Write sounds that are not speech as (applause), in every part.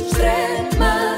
Extremamente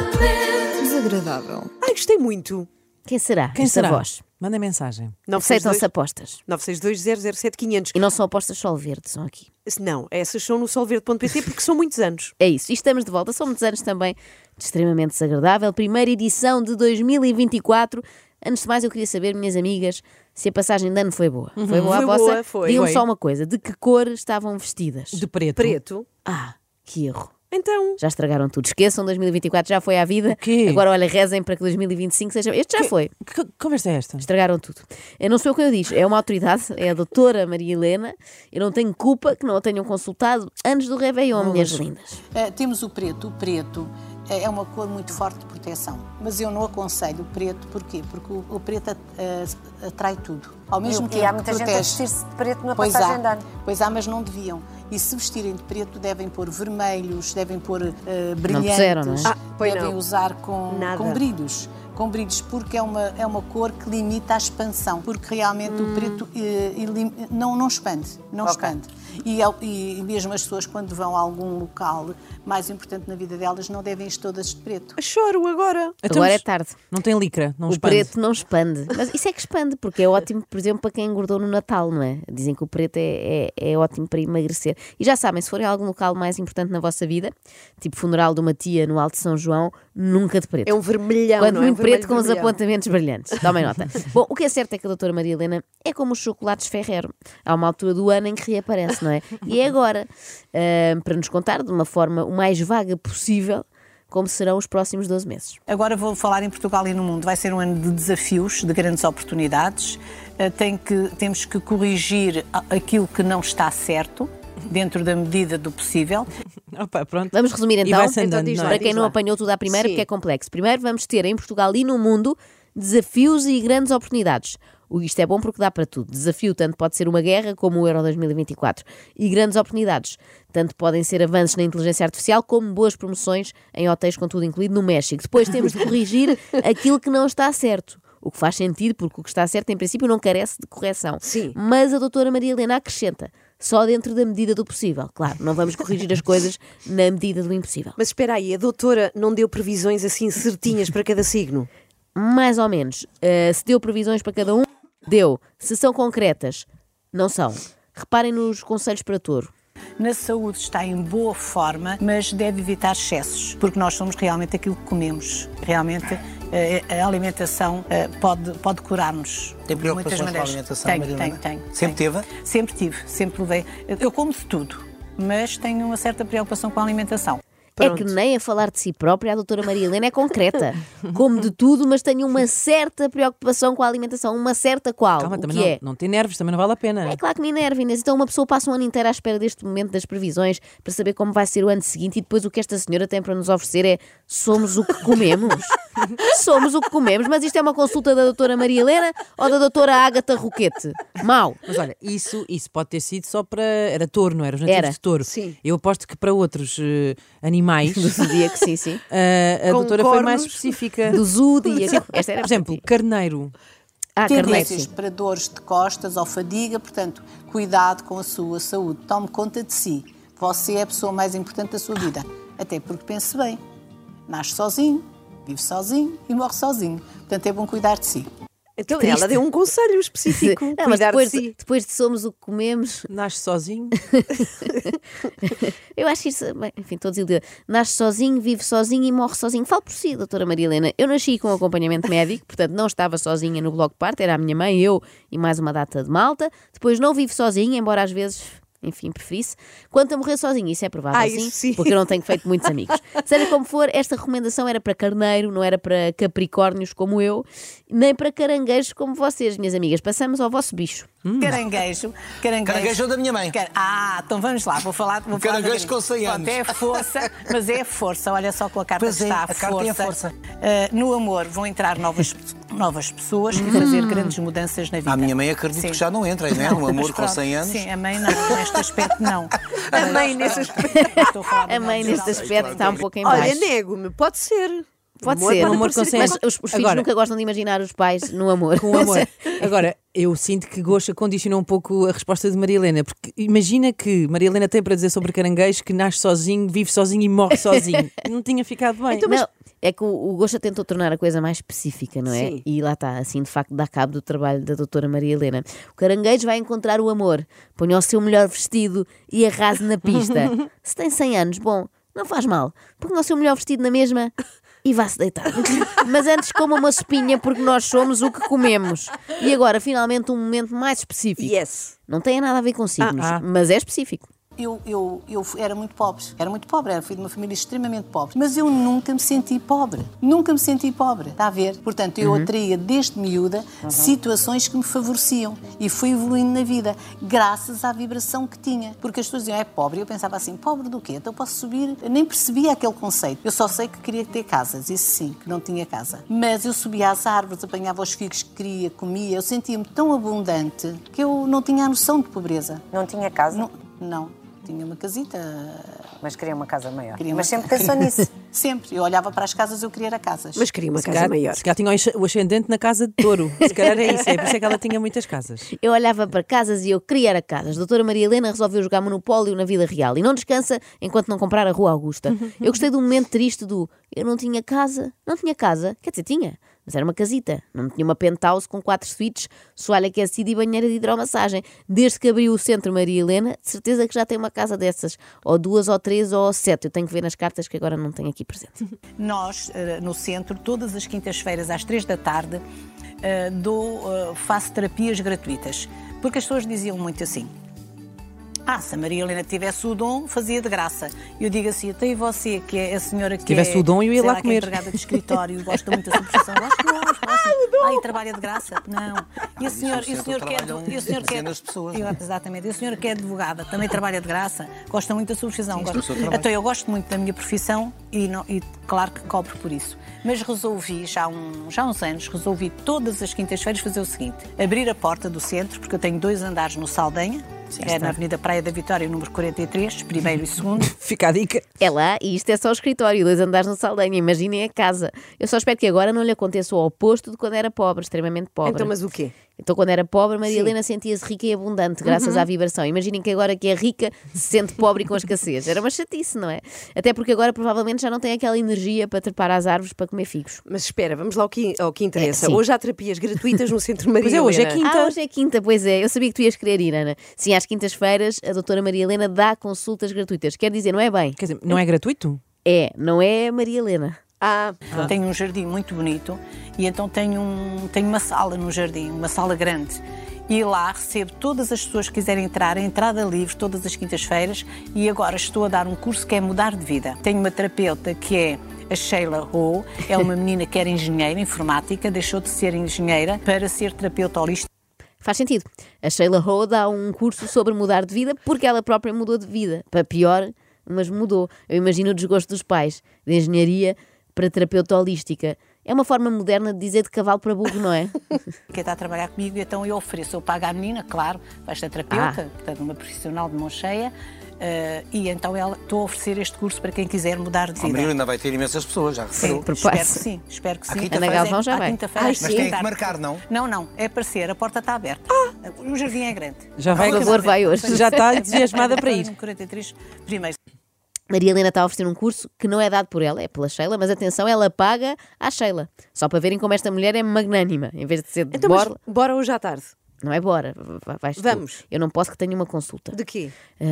Desagradável. Ai, gostei muito. Quem será Quem esta será? voz? Manda mensagem. 962 Aceitam-se apostas. 962-007-500. E não são apostas só ao verde, são aqui. Não, essas são no solverde.pt porque são muitos anos. É isso. E estamos de volta. São muitos anos também de extremamente desagradável. Primeira edição de 2024. Antes de mais, eu queria saber, minhas amigas, se a passagem de ano foi boa. Uhum. Foi boa Foi a vossa? boa, foi. Digam Foi. só uma coisa. De que cor estavam vestidas? De preto. Preto. Ah, que erro. Então, Já estragaram tudo. Esqueçam, 2024 já foi à vida. O quê? Agora, olha, rezem para que 2025 seja... Este já foi. Que co- conversa é esta? Estragaram tudo. Eu não sou eu quem eu diz, é uma autoridade, é a doutora Maria Helena. Eu não tenho culpa que não a tenham consultado antes do Réveillon, minhas lindas. Eh, temos o preto. O preto eh, é uma cor muito forte de proteção. Mas eu não aconselho o preto, porquê? Porque o, o preto at- eh, atrai tudo. Ao mesmo e tempo há muita que gente a protege. vestir-se de preto na pois passagem há, de ano. Pois há, mas não deviam. E se vestirem de preto, devem pôr vermelhos, devem pôr eh, brilhantes, puseram, não é? Ah, pois devem não. usar com, Nada. com brilhos. Com brilhos, porque é uma, é uma cor que limita a expansão, porque realmente Hum. o preto eh, elim- não, não expande, não expande. E, ao- e mesmo as pessoas, quando vão a algum local mais importante na vida delas, não devem ir todas de preto. choro agora. Então, Agora mas é tarde. Não tem licra, não O expande. preto não expande. Mas isso é que expande, porque é ótimo, por exemplo, para quem engordou no Natal, não é? Dizem que o preto é, é, é ótimo para emagrecer. E já sabem, se forem a algum local mais importante na vossa vida, tipo funeral de uma tia no Alto de São João, nunca de preto. É um vermelhão, Quando não é? muito Um preto vermelho com os vermelhão. apontamentos brilhantes. (laughs) Tomem nota. Bom, o que é certo é que a doutora Maria Helena é como os chocolates Ferrero. Há uma altura do ano em que reaparece, não é? E é agora, ahm, para nos contar de uma forma o mais vaga possível como serão os próximos 12 meses. Agora vou falar em Portugal e no mundo. Vai ser um ano de desafios, de grandes oportunidades. Eh, Tem que, temos que corrigir a- aquilo que não está certo, dentro da medida do possível. (laughs) Opa, pronto. Vamos resumir E então, vai-se andando, diz não lá. é? para quem não apanhou tudo à primeira, Sim. porque é complexo. Primeiro vamos ter em Portugal e no mundo desafios e grandes oportunidades. O- Isto é bom porque dá para tudo. Desafio tanto pode ser uma guerra como o Euro 2024. E grandes oportunidades. Tanto podem ser avanços na inteligência artificial como boas promoções em hotéis com tudo incluído no México. Depois temos de (laughs) corrigir aquilo que não está certo. O que faz sentido, porque o que está certo, em princípio, não carece de correção. Sim. Mas a doutora Maria Helena acrescenta, só dentro da medida do possível. Claro, não vamos corrigir as coisas na medida do impossível. Mas espera aí, a doutora não deu previsões assim certinhas para cada signo? mais ou menos. Uh, se deu previsões para cada um, deu. Se são concretas, não são. Reparem nos conselhos para touro. Na saúde está em boa forma, mas deve evitar excessos, porque nós somos realmente aquilo que comemos. Realmente eh, a alimentação eh, pode, pode curar-nos. Tem de muitas preocupações com a maneiras. alimentação, Tenho, Maria tenho, Helena? tenho. Sempre tenho. teve? Sempre tive, sempre levei. Eu como de tudo, mas tenho uma certa preocupação com a alimentação. É que nem a falar de si própria, a doutora Maria Helena é (laughs) concreta. Como de tudo, mas tem uma certa preocupação com a alimentação, uma certa qual. Calma, o que também não, é? não tem nervos, também não vale a pena. É claro que me enerva, Inês. Então uma pessoa passa um ano inteiro à espera deste momento das previsões para saber como vai ser o ano seguinte e depois o que esta senhora tem para nos oferecer é somos o que (laughs) comemos. somos o que comemos. Mas isto é uma consulta da doutora Maria Helena ou da doutora Ágata Roquete? Mau. Mas olha, isso, isso pode ter sido só para. Era touro, não era? Os nativos Era, de touro. sim. Eu aposto que para outros eh, (laughs) animais. Do zodíaco, sim, sim. eh, a Com doutora foi mais cornos. específica. Do zodíaco. Esta era Por exemplo, carneiro. Ah, é carneiro, Tendências sim. para dores de costas ou fadiga, portanto, cuidado com a sua saúde. Tome conta de si. Você é a pessoa mais importante da sua vida. Até porque pense bem. Nasce sozinho, vive sozinho e morre sozinho. Portanto, é bom cuidar de si. Então triste. ela deu um conselho (laughs) específico. Não, Ah, mas cuidar depois, de si. depois de somos o que comemos, Nasce sozinho. Eu acho isso. bem, Enfim, estou desiludida. Nasce sozinho, vive sozinho e morre sozinho. Falo por si, doutora Maria Helena. Eu nasci (laughs) com acompanhamento médico, portanto não estava sozinha no bloco de parte, era a minha mãe, eu e mais uma data de malta. Depois não vivo sozinha, embora às vezes. enfim, preferisse. Quanto a morrer sozinho, isso é provável, Ah, sim, isso sim. porque eu não (laughs) tenho feito muitos amigos. Seja como for, esta recomendação era para carneiro, não era para capricórnios como eu, nem para caranguejos como vocês, minhas amigas. Passamos ao vosso bicho. Caranguejo, caranguejo. Hum. Caranguejo da minha mãe. Car- Ah, então vamos lá, vou falar. Vou falar Caranguejo do com 100 Pronto, anos. é força, mas é força. Olha só com a carta Pois é, está a carta é a força. Ah, no amor vão entrar novas, novas pessoas e fazer grandes mudanças na vida. A Hum. Ah, minha mãe acredito Sim. que já não entra, né? Um Mas amor com pronto, 100 anos. Sim, é a mãe não, neste aspecto não. (laughs) A mãe nesse aspecto. Estou a falar do A mãe, modo neste geral. aspecto, está um pouco em baixo. Olha, nego-me, pode ser. Pode Amor, ser, pode amor parecer com mas Sim. os, os filhos Agora- nunca gostam de imaginar os pais no amor. Com (laughs) amor. Agora, eu sinto que Gosta condicionou um pouco a resposta de Maria Helena, porque imagina que Maria Helena tem para dizer sobre caranguejo que nasce sozinho, vive sozinho e morre sozinho. Não tinha ficado bem. Não, É que o, o Gosta tentou tornar a coisa mais específica, não é? Sim. E lá está, assim de facto dá cabo do trabalho da doutora Maria Helena. O caranguejo vai encontrar o amor, ponha o seu melhor vestido e arrase na pista. (laughs) se tem 100 anos, bom, não faz mal, ponha o seu melhor vestido na mesma e vá-se deitar. (laughs) Mas antes coma uma sopinha porque nós somos o que comemos. E agora, finalmente, um momento mais específico. Yes. Não tem nada a ver com signos, Ah, ah. mas é específico. Eu, eu, eu fu- era muito pobre, era muito pobre, era fui de uma família extremamente pobre, mas eu nunca me senti pobre, nunca me senti pobre, está a ver? Portanto, eu atraía desde miúda situações que me favoreciam e fui evoluindo na vida, graças à vibração que tinha, porque as pessoas diziam, é pobre, e eu pensava assim, pobre do quê? Então posso subir, eu nem percebia aquele conceito, eu só sei que queria ter casas, isso sim, que não tinha casa, mas eu subia às árvores, apanhava os figos que queria, comia, eu sentia-me tão abundante que eu não tinha a noção de pobreza. Não tinha casa, Não, não. Tinha uma casita. mas queria uma casa maior. Queria uma- Mas sempre (laughs) pensou nisso. Sempre. Eu olhava para as casas, eu queria era casas. Mas queria uma Se casa calhar- maior. Se calhar tinha o ascendente na casa de touro. Se calhar é isso, é por isso é que ela tinha muitas casas. Eu olhava para casas e eu queria era casas. Doutora Maria Helena resolveu jogar monopólio na vida real e não descansa enquanto não comprar a Rua Augusta. Eu gostei do momento triste do eu não tinha casa. Não tinha casa, quer dizer, tinha, mas era uma casita. Não tinha uma penthouse com quatro suítes, soalho aquecido e banheira de hidromassagem. Desde que abriu o centro Maria Helena, de certeza que já tem uma casa dessas. Ou duas, ou três, ou sete. Eu tenho que ver nas cartas que agora não tenho aqui presente. Nós, eh, no centro, todas as quintas-feiras, às três da tarde, eh, dou, eh, faço terapias gratuitas. Porque as pessoas diziam muito assim. Ah, se a Maria Helena tivesse o dom, fazia de graça. Eu digo assim, até e você, que é a senhora que Tivesse é, o dom, eu ia sei lá que é comer. empregada de escritório, gosta muito da (laughs) sua profissão. Gosto, gosto, gosto. Ai, trabalha de graça? Não. E a senhora, e o centro senhor que é... trabalham e o senhor que é- dezenas de pessoas. Eu- Exatamente. E o senhor que é advogada também trabalha de graça? Gosta muito da sua profissão? do seu Gosta. trabalho. Então eu gosto muito da minha profissão e, não- e claro que cobro por isso. Mas resolvi, já há, um- já há uns anos, resolvi todas as quintas-feiras fazer o seguinte: abrir a porta do centro, porque eu tenho dois andares no Saldanha, é na Avenida Praia da Vitória, número 43, primeiro e segundo. Fica a dica. É lá, e isto é só o escritório, dois andares no Saldanha, imaginem a casa. Eu só espero que agora não lhe aconteça o oposto de quando era pobre, extremamente pobre. Então, mas o quê? Então, quando era pobre, Maria Helena sentia-se rica e abundante, graças Uhum. à vibração. Imaginem que agora que é rica, se sente pobre e com escassez. Era uma chatice, não é? Até porque agora provavelmente já não tem aquela energia para trepar às árvores para comer figos. Mas espera, vamos lá ao que, ao que interessa. sim. hoje há terapias gratuitas no Centro Maria Pois é, hoje é Helena. quinta. Ah, hoje é quinta, pois é. Eu sabia que tu ias querer ir, Ana. Sim, às quintas-feiras, a doutora Maria Helena dá consultas gratuitas. Quer dizer, não é bem? Quer dizer, não é gratuito? É, não é Maria Helena. Ah, Tenho um jardim muito bonito e então tenho, um, tenho uma sala no jardim, uma sala grande. E lá recebo todas as pessoas que quiserem entrar, entrada livre, todas as quintas-feiras. E agora estou a dar um curso que é mudar de vida. Tenho uma terapeuta que é a Sheila Ho, é uma menina que era engenheira informática, deixou de ser engenheira para ser terapeuta holística. Faz sentido. A Sheila Ho dá um curso sobre mudar de vida porque ela própria mudou de vida. Para pior, mas mudou. Eu imagino o desgosto dos pais, de engenharia para terapeuta holística. É uma forma moderna de dizer de cavalo para burro, (laughs) não é? que está a trabalhar comigo, então eu ofereço, eu pago à menina, claro, esta terapeuta, portanto uma profissional de mão cheia, eh, e então ela, estou a oferecer este curso para quem quiser mudar de A Maria vida. ainda vai ter imensas pessoas, já Sim, reparou. Propósito. espero que sim, espero que À sim. quinta-feira. Mas Ana Galvão é- já à vai. quinta-feira Ai, às sim. três da Mas tem que tarde. marcar, não? Não, não, é para ser, a porta está aberta. O jardim é grande. Já vai- Por favor, vai hoje. Já está entusiasmada para ir. No 43, primeiro. Maria Helena está a oferecer um curso que não é dado por ela, é pela Sheila, mas atenção, ela paga à Sheila. Só para verem como esta mulher é magnânima. Em vez de ser de então bora, mas bora hoje à tarde. não é bora. va- vais tu. Vamos. Eu não posso que tenha uma consulta. De quê? Ah,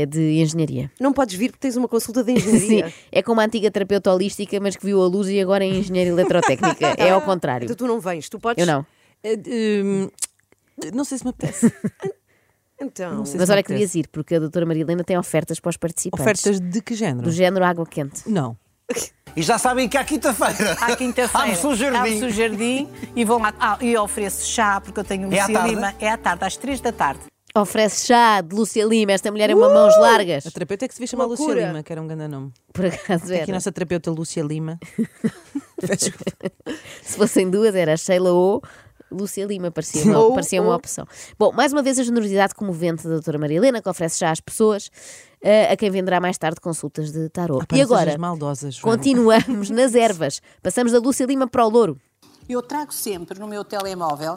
É de engenharia. Não podes vir porque tens uma consulta de (laughs) Sim, engenharia. é como a antiga terapeuta holística, mas que viu a luz e agora é engenheira (laughs) eletrotécnica. é Ah, ao contrário. Então tu não vens, tu podes. Eu não. Eh, hum, Não sei se me apetece. Então, Não sei Mas se me olha que apetece. devias ir, porque a doutora Marilena tem ofertas para os participantes. (laughs) Ofertas de que género? do género água quente. Não. E já sabem que à quinta-feira. À (laughs) quinta-feira. Há-me um jardim. Há-me um jardim e vão lá. Ah, e ofereço chá, porque eu tenho um É à tarde? Lima. É à tarde, às três da tarde. Oferece chá de Lúcia Lima, esta mulher é uma mãos largas. A terapeuta é que se devia chamar Lúcia Loucura. Lima, que era um grande nome. Por acaso Aqui a era. nossa terapeuta Lúcia Lima. Se fossem duas, era Sheila ou Lúcia Lima, parecia (laughs) uma, Ou- parecia uma ou- opção. Bom, mais uma vez a generosidade comovente da doutora Maria Helena, que oferece já às pessoas, eh, a quem venderá mais tarde consultas de tarot. Ah, Pá, e não sejas agora, maldosa, Joana. (laughs) continuamos nas ervas. Passamos da Lúcia Lima para o Louro. Eu trago sempre no meu telemóvel,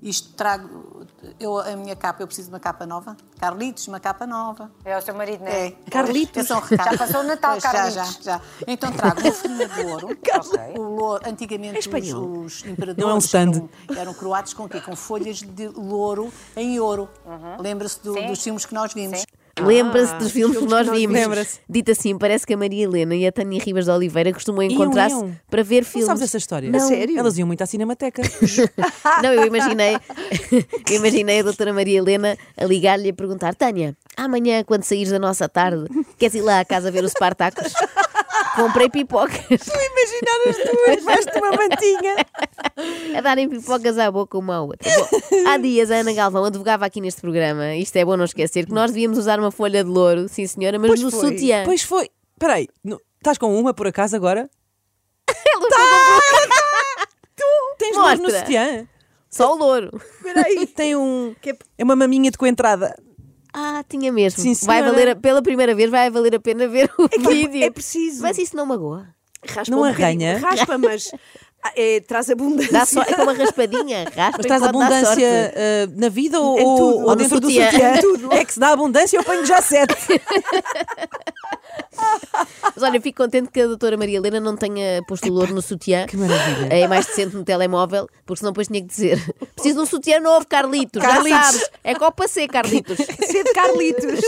isto trago, eu, a minha capa, eu preciso de uma capa nova. Carlitos, uma capa nova. É o seu marido, não é? É. Carlitos. Já passou o Natal, Carlitos. Já, já, já. Então trago um fumo de louro. (laughs) Ok. O louro, antigamente espanhol. os, os imperadores É Não é um stand. eram, eram croatas com quê? Com folhas de louro em ouro. Uhum. Lembra-se do- dos filmes que nós vimos. Ah, Lembra-se dos filmes que filmes nós que nós vimos. Lembra-se. Dito assim, parece que a Maria Helena e a Tânia Ribas de Oliveira costumam Iam, encontrar-se iam. para ver um, Não filmes. sabes essa história? Não. sério? Elas iam muito (laughs) à Cinemateca. (laughs) Não, eu imaginei, eu imaginei a doutora Maria Helena a ligar-lhe e a perguntar: Tânia, amanhã, quando saíres da nossa tarde, queres ir lá à casa ver o Spartacus? (laughs) Comprei pipocas, (laughs) Imaginar as duas, veste uma mantinha. a darem pipocas à boca uma à outra. Bom, há dias a Ana Galvão advogava aqui neste programa, isto é bom não esquecer, que nós devíamos usar uma folha de louro, sim senhora, mas no sutiã. Pois foi. Peraí, não- estás com uma por acaso agora? Ela tá. falou, Tens louro no Mostra. sutiã? Só o louro. (laughs) Tem um. É uma maminha de coentrada. Ah, tinha mesmo. Sim, vai senhora. valer a- pela primeira vez vai valer a pena ver o vídeo. é preciso. Mas isso não magoa. raspa Não um bocadinho. arranha? Raspa, mas ah, é, traz abundância. (laughs) Dá só, é com uma raspadinha, raspa Mas e estás pode dar abundância sorte. eh, na vida ou, Em tudo. ou- ou Ou no dentro do sutiã. sutiã? Em tudo. É que se dá abundância, eu ponho (laughs) já sete. Mas olha, fico contente que a doutora Maria Helena não tenha posto o louro no sutiã. que maravilha. É mais decente no telemóvel, porque senão depois tinha que dizer: (laughs) preciso de um sutiã novo, Carlitos. Carlitos. Já sabes, é copa (laughs) C, Carlitos. Ser de Carlitos.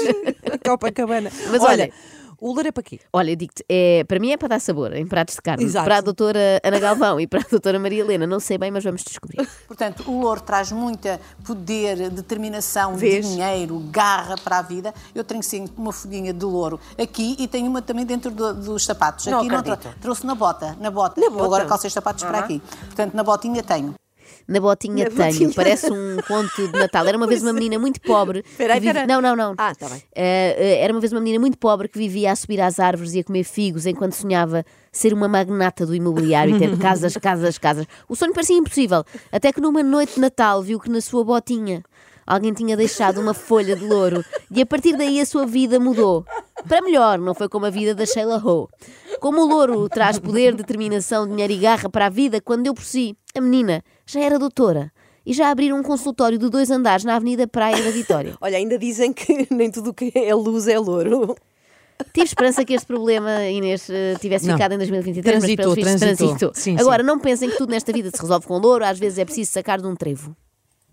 Copacabana. Mas olha- o louro é para quê? (laughs) Olha, eu digo-te, é, para mim é para dar sabor em pratos de carne. Exato. Para a doutora Ana Galvão e para a doutora Maria Helena, não sei bem, mas vamos descobrir. Portanto, o louro traz muita poder, determinação, Vês? dinheiro, garra para a vida. Eu tenho sim uma folhinha de louro aqui e tenho uma também dentro do- dos sapatos. Não aqui acredito. trou- trouxe na bota, na bota. Na Eu agora bota? calcei os sapatos para aqui. Portanto, na botinha tenho. Na botinha Na tenho, botinha. parece um conto de Natal. Era uma vez uma menina muito pobre. que Peraí, vive- peraí. Não, não, não. Ah, tá bem. Eh, eh, era uma vez uma menina muito pobre que vivia a subir às árvores e a comer figos enquanto sonhava ser uma magnata do imobiliário e ter casas, casas, casas. O sonho parecia impossível, até que numa noite de Natal viu que na sua botinha alguém tinha deixado uma folha de louro e a partir daí a sua vida mudou. Para melhor, não foi como a vida da Sheila Ho. Como o louro traz poder, determinação, dinheiro e garra para a vida, quando deu por si, a menina já era doutora e já abriram um consultório de dois andares na Avenida Praia da Vitória. Olha, ainda dizem que (laughs) nem tudo o que é luz é louro. (laughs) Tive esperança que este problema, Inês, eh, tivesse Não. ficado em 2023, Transitou, mas pelos vistos transitou. transitou. Sim, Agora, sim. não pensem que tudo nesta vida se resolve com louro, às vezes é preciso sacar de um trevo.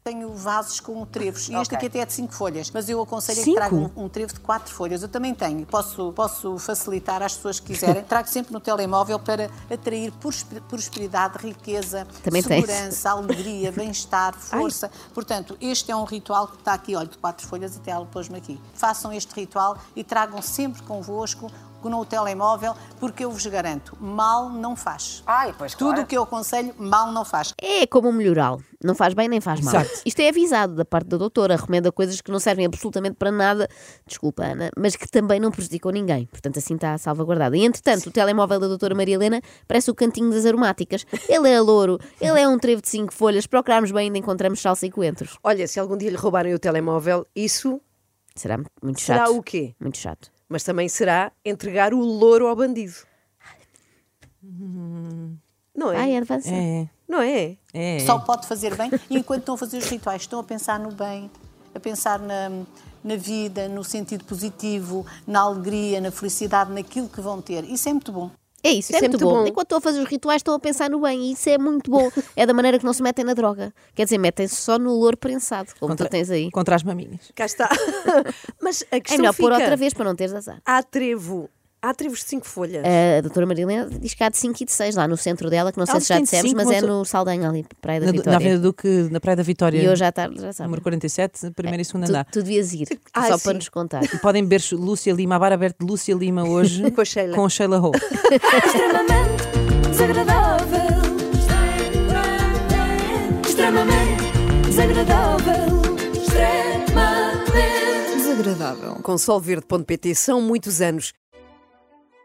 Tenho vasos com trevos. E Ok. este aqui até é de cinco folhas. Mas eu aconselho é Cinco? que traga um, um trevo de quatro folhas. Eu também tenho. Posso, posso facilitar às pessoas que quiserem. trago sempre no telemóvel para atrair prospe- prosperidade, riqueza, Também tens. segurança, alegria, bem-estar, força. Portanto, este é um ritual que está aqui, olha, de quatro folhas até ela pôs-me aqui. Façam este ritual e tragam sempre convosco no telemóvel, porque eu vos garanto, mal não faz. Ai, pois Tudo claro. o que eu aconselho, mal não faz. É como um melhoral. Não faz bem nem faz mal. Exato. Isto é avisado da parte da doutora. Recomenda coisas que não servem absolutamente para nada. Desculpa, Ana. Mas que também não prejudicam ninguém. Portanto, assim está salvaguardada. E, entretanto, o telemóvel da doutora Maria Helena parece o cantinho das aromáticas. Ele é louro. Ele é um trevo de cinco folhas. Se Procurarmos bem, ainda encontramos salsa e coentros. Olha, se algum dia lhe roubarem o telemóvel, isso Será muito chato. será o quê? Muito chato. Mas também será entregar o louro ao bandido. Não é? Ai, avança. É, Não é? é. Só pode fazer bem e enquanto estão a fazer os rituais, estão a pensar no bem, a pensar na, na vida, no sentido positivo, na alegria, na felicidade, naquilo que vão ter. Isso é muito bom. É isso, é, Isso é muito, muito bom. bom. Enquanto estou a fazer os rituais, estão a pensar no bem, e isso é muito bom. É da maneira que não se metem na droga. Quer dizer, metem-se só no louro prensado, como tu tens aí. Contra as maminhas. Cá está. (laughs) Mas a questão É melhor fica... pôr outra vez para não teres azar. Há trevo Há trivos de cinco folhas. A doutora Marilena diz que há de 5 e de 6 lá no centro dela, que não sei Há se de já 5 e de dissemos, 5, mas é mas- no Saldanha ali, Praia da Na, do- na Avenida Vitória. Duque, na Praia da Vitória, E hoje à tarde, já sabe. número 47, primeiro e segundo Tu, andar. tu devias ir, Ah, só sim. para nos contar. E podem beber Lúcia Lima, a bar aberto de Lúcia Lima hoje (laughs) Com a Sheila. com Sheila Ho. extremamente desagradável. Extremamente desagradável. Extremamente. Desagradável. Com solverde.pt são muitos anos.